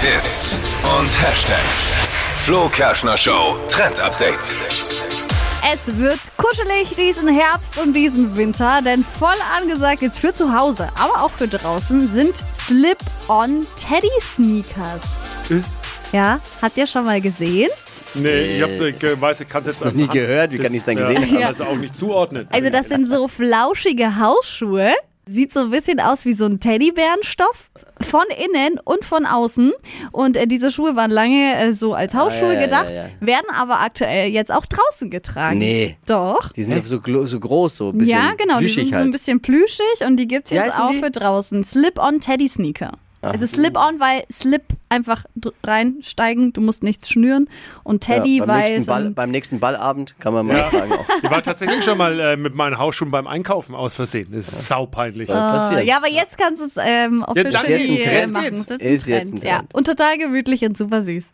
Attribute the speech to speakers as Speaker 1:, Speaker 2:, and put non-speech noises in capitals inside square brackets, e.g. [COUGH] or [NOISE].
Speaker 1: Hits und Hashtags. Flo Kerschner Show Trend Update.
Speaker 2: Es wird kuschelig diesen Herbst und diesen Winter, denn voll angesagt jetzt für zu Hause, aber auch für draußen sind Slip-on Teddy Sneakers.
Speaker 3: Äh?
Speaker 2: Ja, habt ihr schon mal gesehen?
Speaker 4: Nee, ich hab's, ich äh, weiß, ich kannte es
Speaker 3: noch nie gehört, wie kann ich's denn gesehen
Speaker 4: haben? Also auch nicht zuordnen.
Speaker 2: Also das sind so flauschige Hausschuhe. Sieht so ein bisschen aus wie so ein Teddybärenstoff. Von innen und von außen. Und äh, diese Schuhe waren lange äh, so als Hausschuhe
Speaker 3: Ah, ja, ja,
Speaker 2: gedacht,
Speaker 3: ja, ja.
Speaker 2: werden aber aktuell jetzt auch draußen getragen.
Speaker 3: Nee.
Speaker 2: Doch.
Speaker 3: Die sind ja so, glo- so groß, so ein bisschen
Speaker 2: ja, genau, die sind
Speaker 3: plüschig
Speaker 2: so ein
Speaker 3: halt.
Speaker 2: bisschen plüschig und die gibt's
Speaker 3: Wie
Speaker 2: jetzt
Speaker 3: heißen
Speaker 2: auch
Speaker 3: die?
Speaker 2: für draußen. Slip-on Teddy Sneaker. Also Slip-on, weil Slip einfach dr- reinsteigen, du musst nichts schnüren. Und Teddy,
Speaker 3: ja, beim,
Speaker 2: weil.
Speaker 3: nächsten
Speaker 2: so ein-
Speaker 3: Ball, beim nächsten Ballabend kann man mal fragen. Auch.
Speaker 2: [LAUGHS]
Speaker 4: Ich war tatsächlich schon mal äh, mit meinen Hausschuhen beim Einkaufen aus Versehen. Das ist saupeinlich.
Speaker 3: Passiert.
Speaker 2: Oh, Ja, aber jetzt kannst du es ähm,
Speaker 4: danke.
Speaker 2: officially
Speaker 3: Jetzt ist ein
Speaker 2: äh,
Speaker 3: Trend.
Speaker 2: machen.
Speaker 4: Jetzt
Speaker 2: Es
Speaker 3: Ist
Speaker 2: ein
Speaker 3: jetzt ein
Speaker 2: Ja.
Speaker 3: Trend.
Speaker 2: Und total gemütlich und super süß.